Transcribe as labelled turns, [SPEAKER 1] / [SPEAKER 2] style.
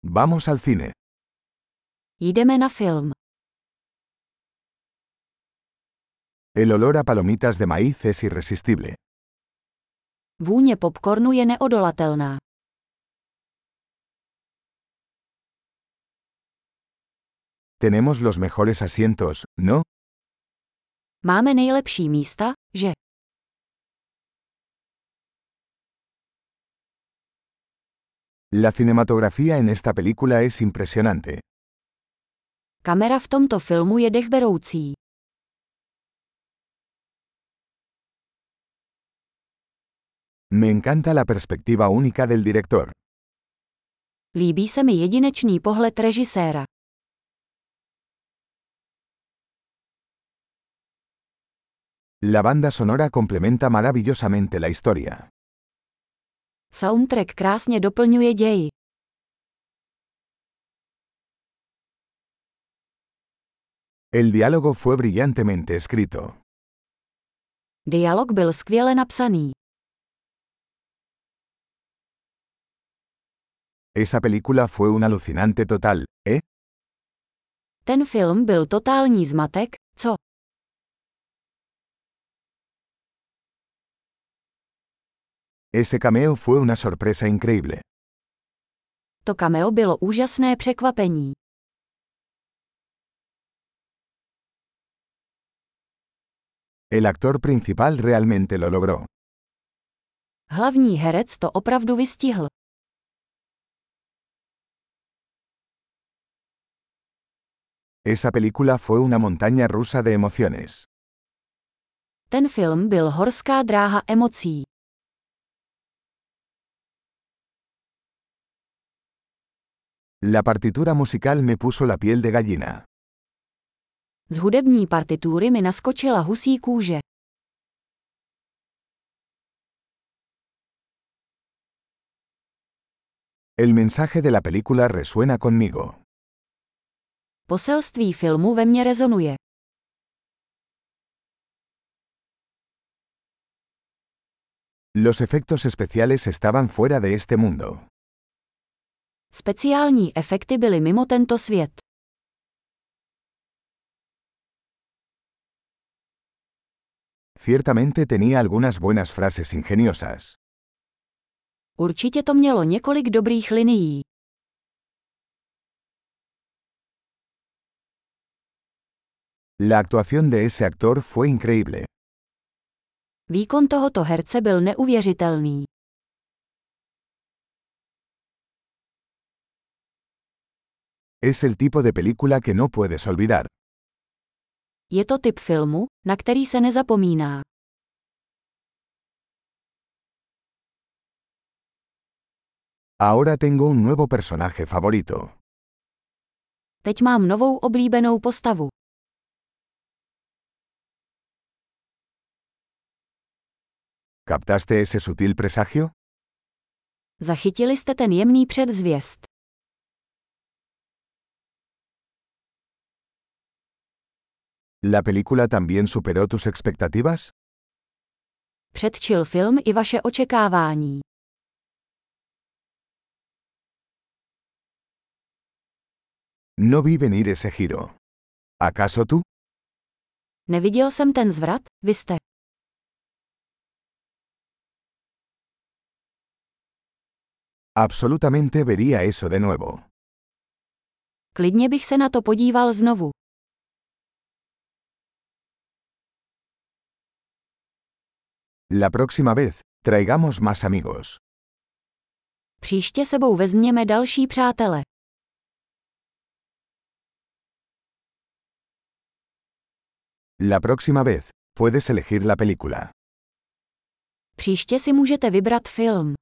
[SPEAKER 1] Vamos al cine.
[SPEAKER 2] Jdeme na film.
[SPEAKER 1] El olor a palomitas de maíz es irresistible.
[SPEAKER 2] Vůně popcornu je neodolatelná.
[SPEAKER 1] Tenemos los mejores asientos, ¿no?
[SPEAKER 2] Máme nejlepší místa, že?
[SPEAKER 1] La cinematografía en esta película es impresionante.
[SPEAKER 2] Kamera v tomto filmu je dechberoucí.
[SPEAKER 1] Me encanta la perspectiva única del director.
[SPEAKER 2] Líbí se mi jedinečný pohled režiséra.
[SPEAKER 1] La banda sonora complementa maravillosamente la historia.
[SPEAKER 2] Soundtrack krásně doplňuje ději.
[SPEAKER 1] El diálogo fue brillantemente escrito.
[SPEAKER 2] Dialog byl skvěle napsaný.
[SPEAKER 1] Esa película fue un alucinante total, ¿eh?
[SPEAKER 2] Ten film byl totální zmatek, co?
[SPEAKER 1] Ese cameo fue una sorpresa increíble.
[SPEAKER 2] To cameo bylo úžasné překvapení.
[SPEAKER 1] El actor principal realmente lo logró.
[SPEAKER 2] Hlavní herec to opravdu vystihl.
[SPEAKER 1] Esa película fue una montaña rusa de emociones.
[SPEAKER 2] Ten film byl horská dráha emocí.
[SPEAKER 1] La partitura musical me puso la piel de gallina.
[SPEAKER 2] Z hudební partitury mi naskočila husí kůže.
[SPEAKER 1] El mensaje de la película resuena conmigo.
[SPEAKER 2] Poselství filmu ve mně rezonuje.
[SPEAKER 1] Los efectos especiales estaban fuera de este mundo.
[SPEAKER 2] Speciální efekty byly mimo tento svět.
[SPEAKER 1] Ciertamente tenía algunas buenas frases ingeniosas.
[SPEAKER 2] Určitě to mělo několik dobrých linií.
[SPEAKER 1] La actuación de ese actor fue increíble.
[SPEAKER 2] Výkon tohoto herce byl neuvěřitelný.
[SPEAKER 1] Es el tipo de película que no puedes olvidar.
[SPEAKER 2] Je to typ filmu, na který se nezapomíná.
[SPEAKER 1] Ahora tengo un nuevo personaje favorito.
[SPEAKER 2] Teď mám novou oblíbenou postavu.
[SPEAKER 1] ¿Captaste ese sutil presagio?
[SPEAKER 2] Zachytili jste ten jemný předzvěst.
[SPEAKER 1] ¿La película también superó tus expectativas?
[SPEAKER 2] Předčil film i vaše očekávání.
[SPEAKER 1] No vi venir ese giro. ¿Acaso tú?
[SPEAKER 2] Neviděl jsem ten zvrat, vy jste.
[SPEAKER 1] Absolutamente vería eso de nuevo.
[SPEAKER 2] Klidně bych se na to podíval znovu.
[SPEAKER 1] La próxima vez, traigamos más amigos.
[SPEAKER 2] Příště sebou vezměme další přátele.
[SPEAKER 1] La próxima vez, puedes elegir la película.
[SPEAKER 2] Příště si můžete vybrat film.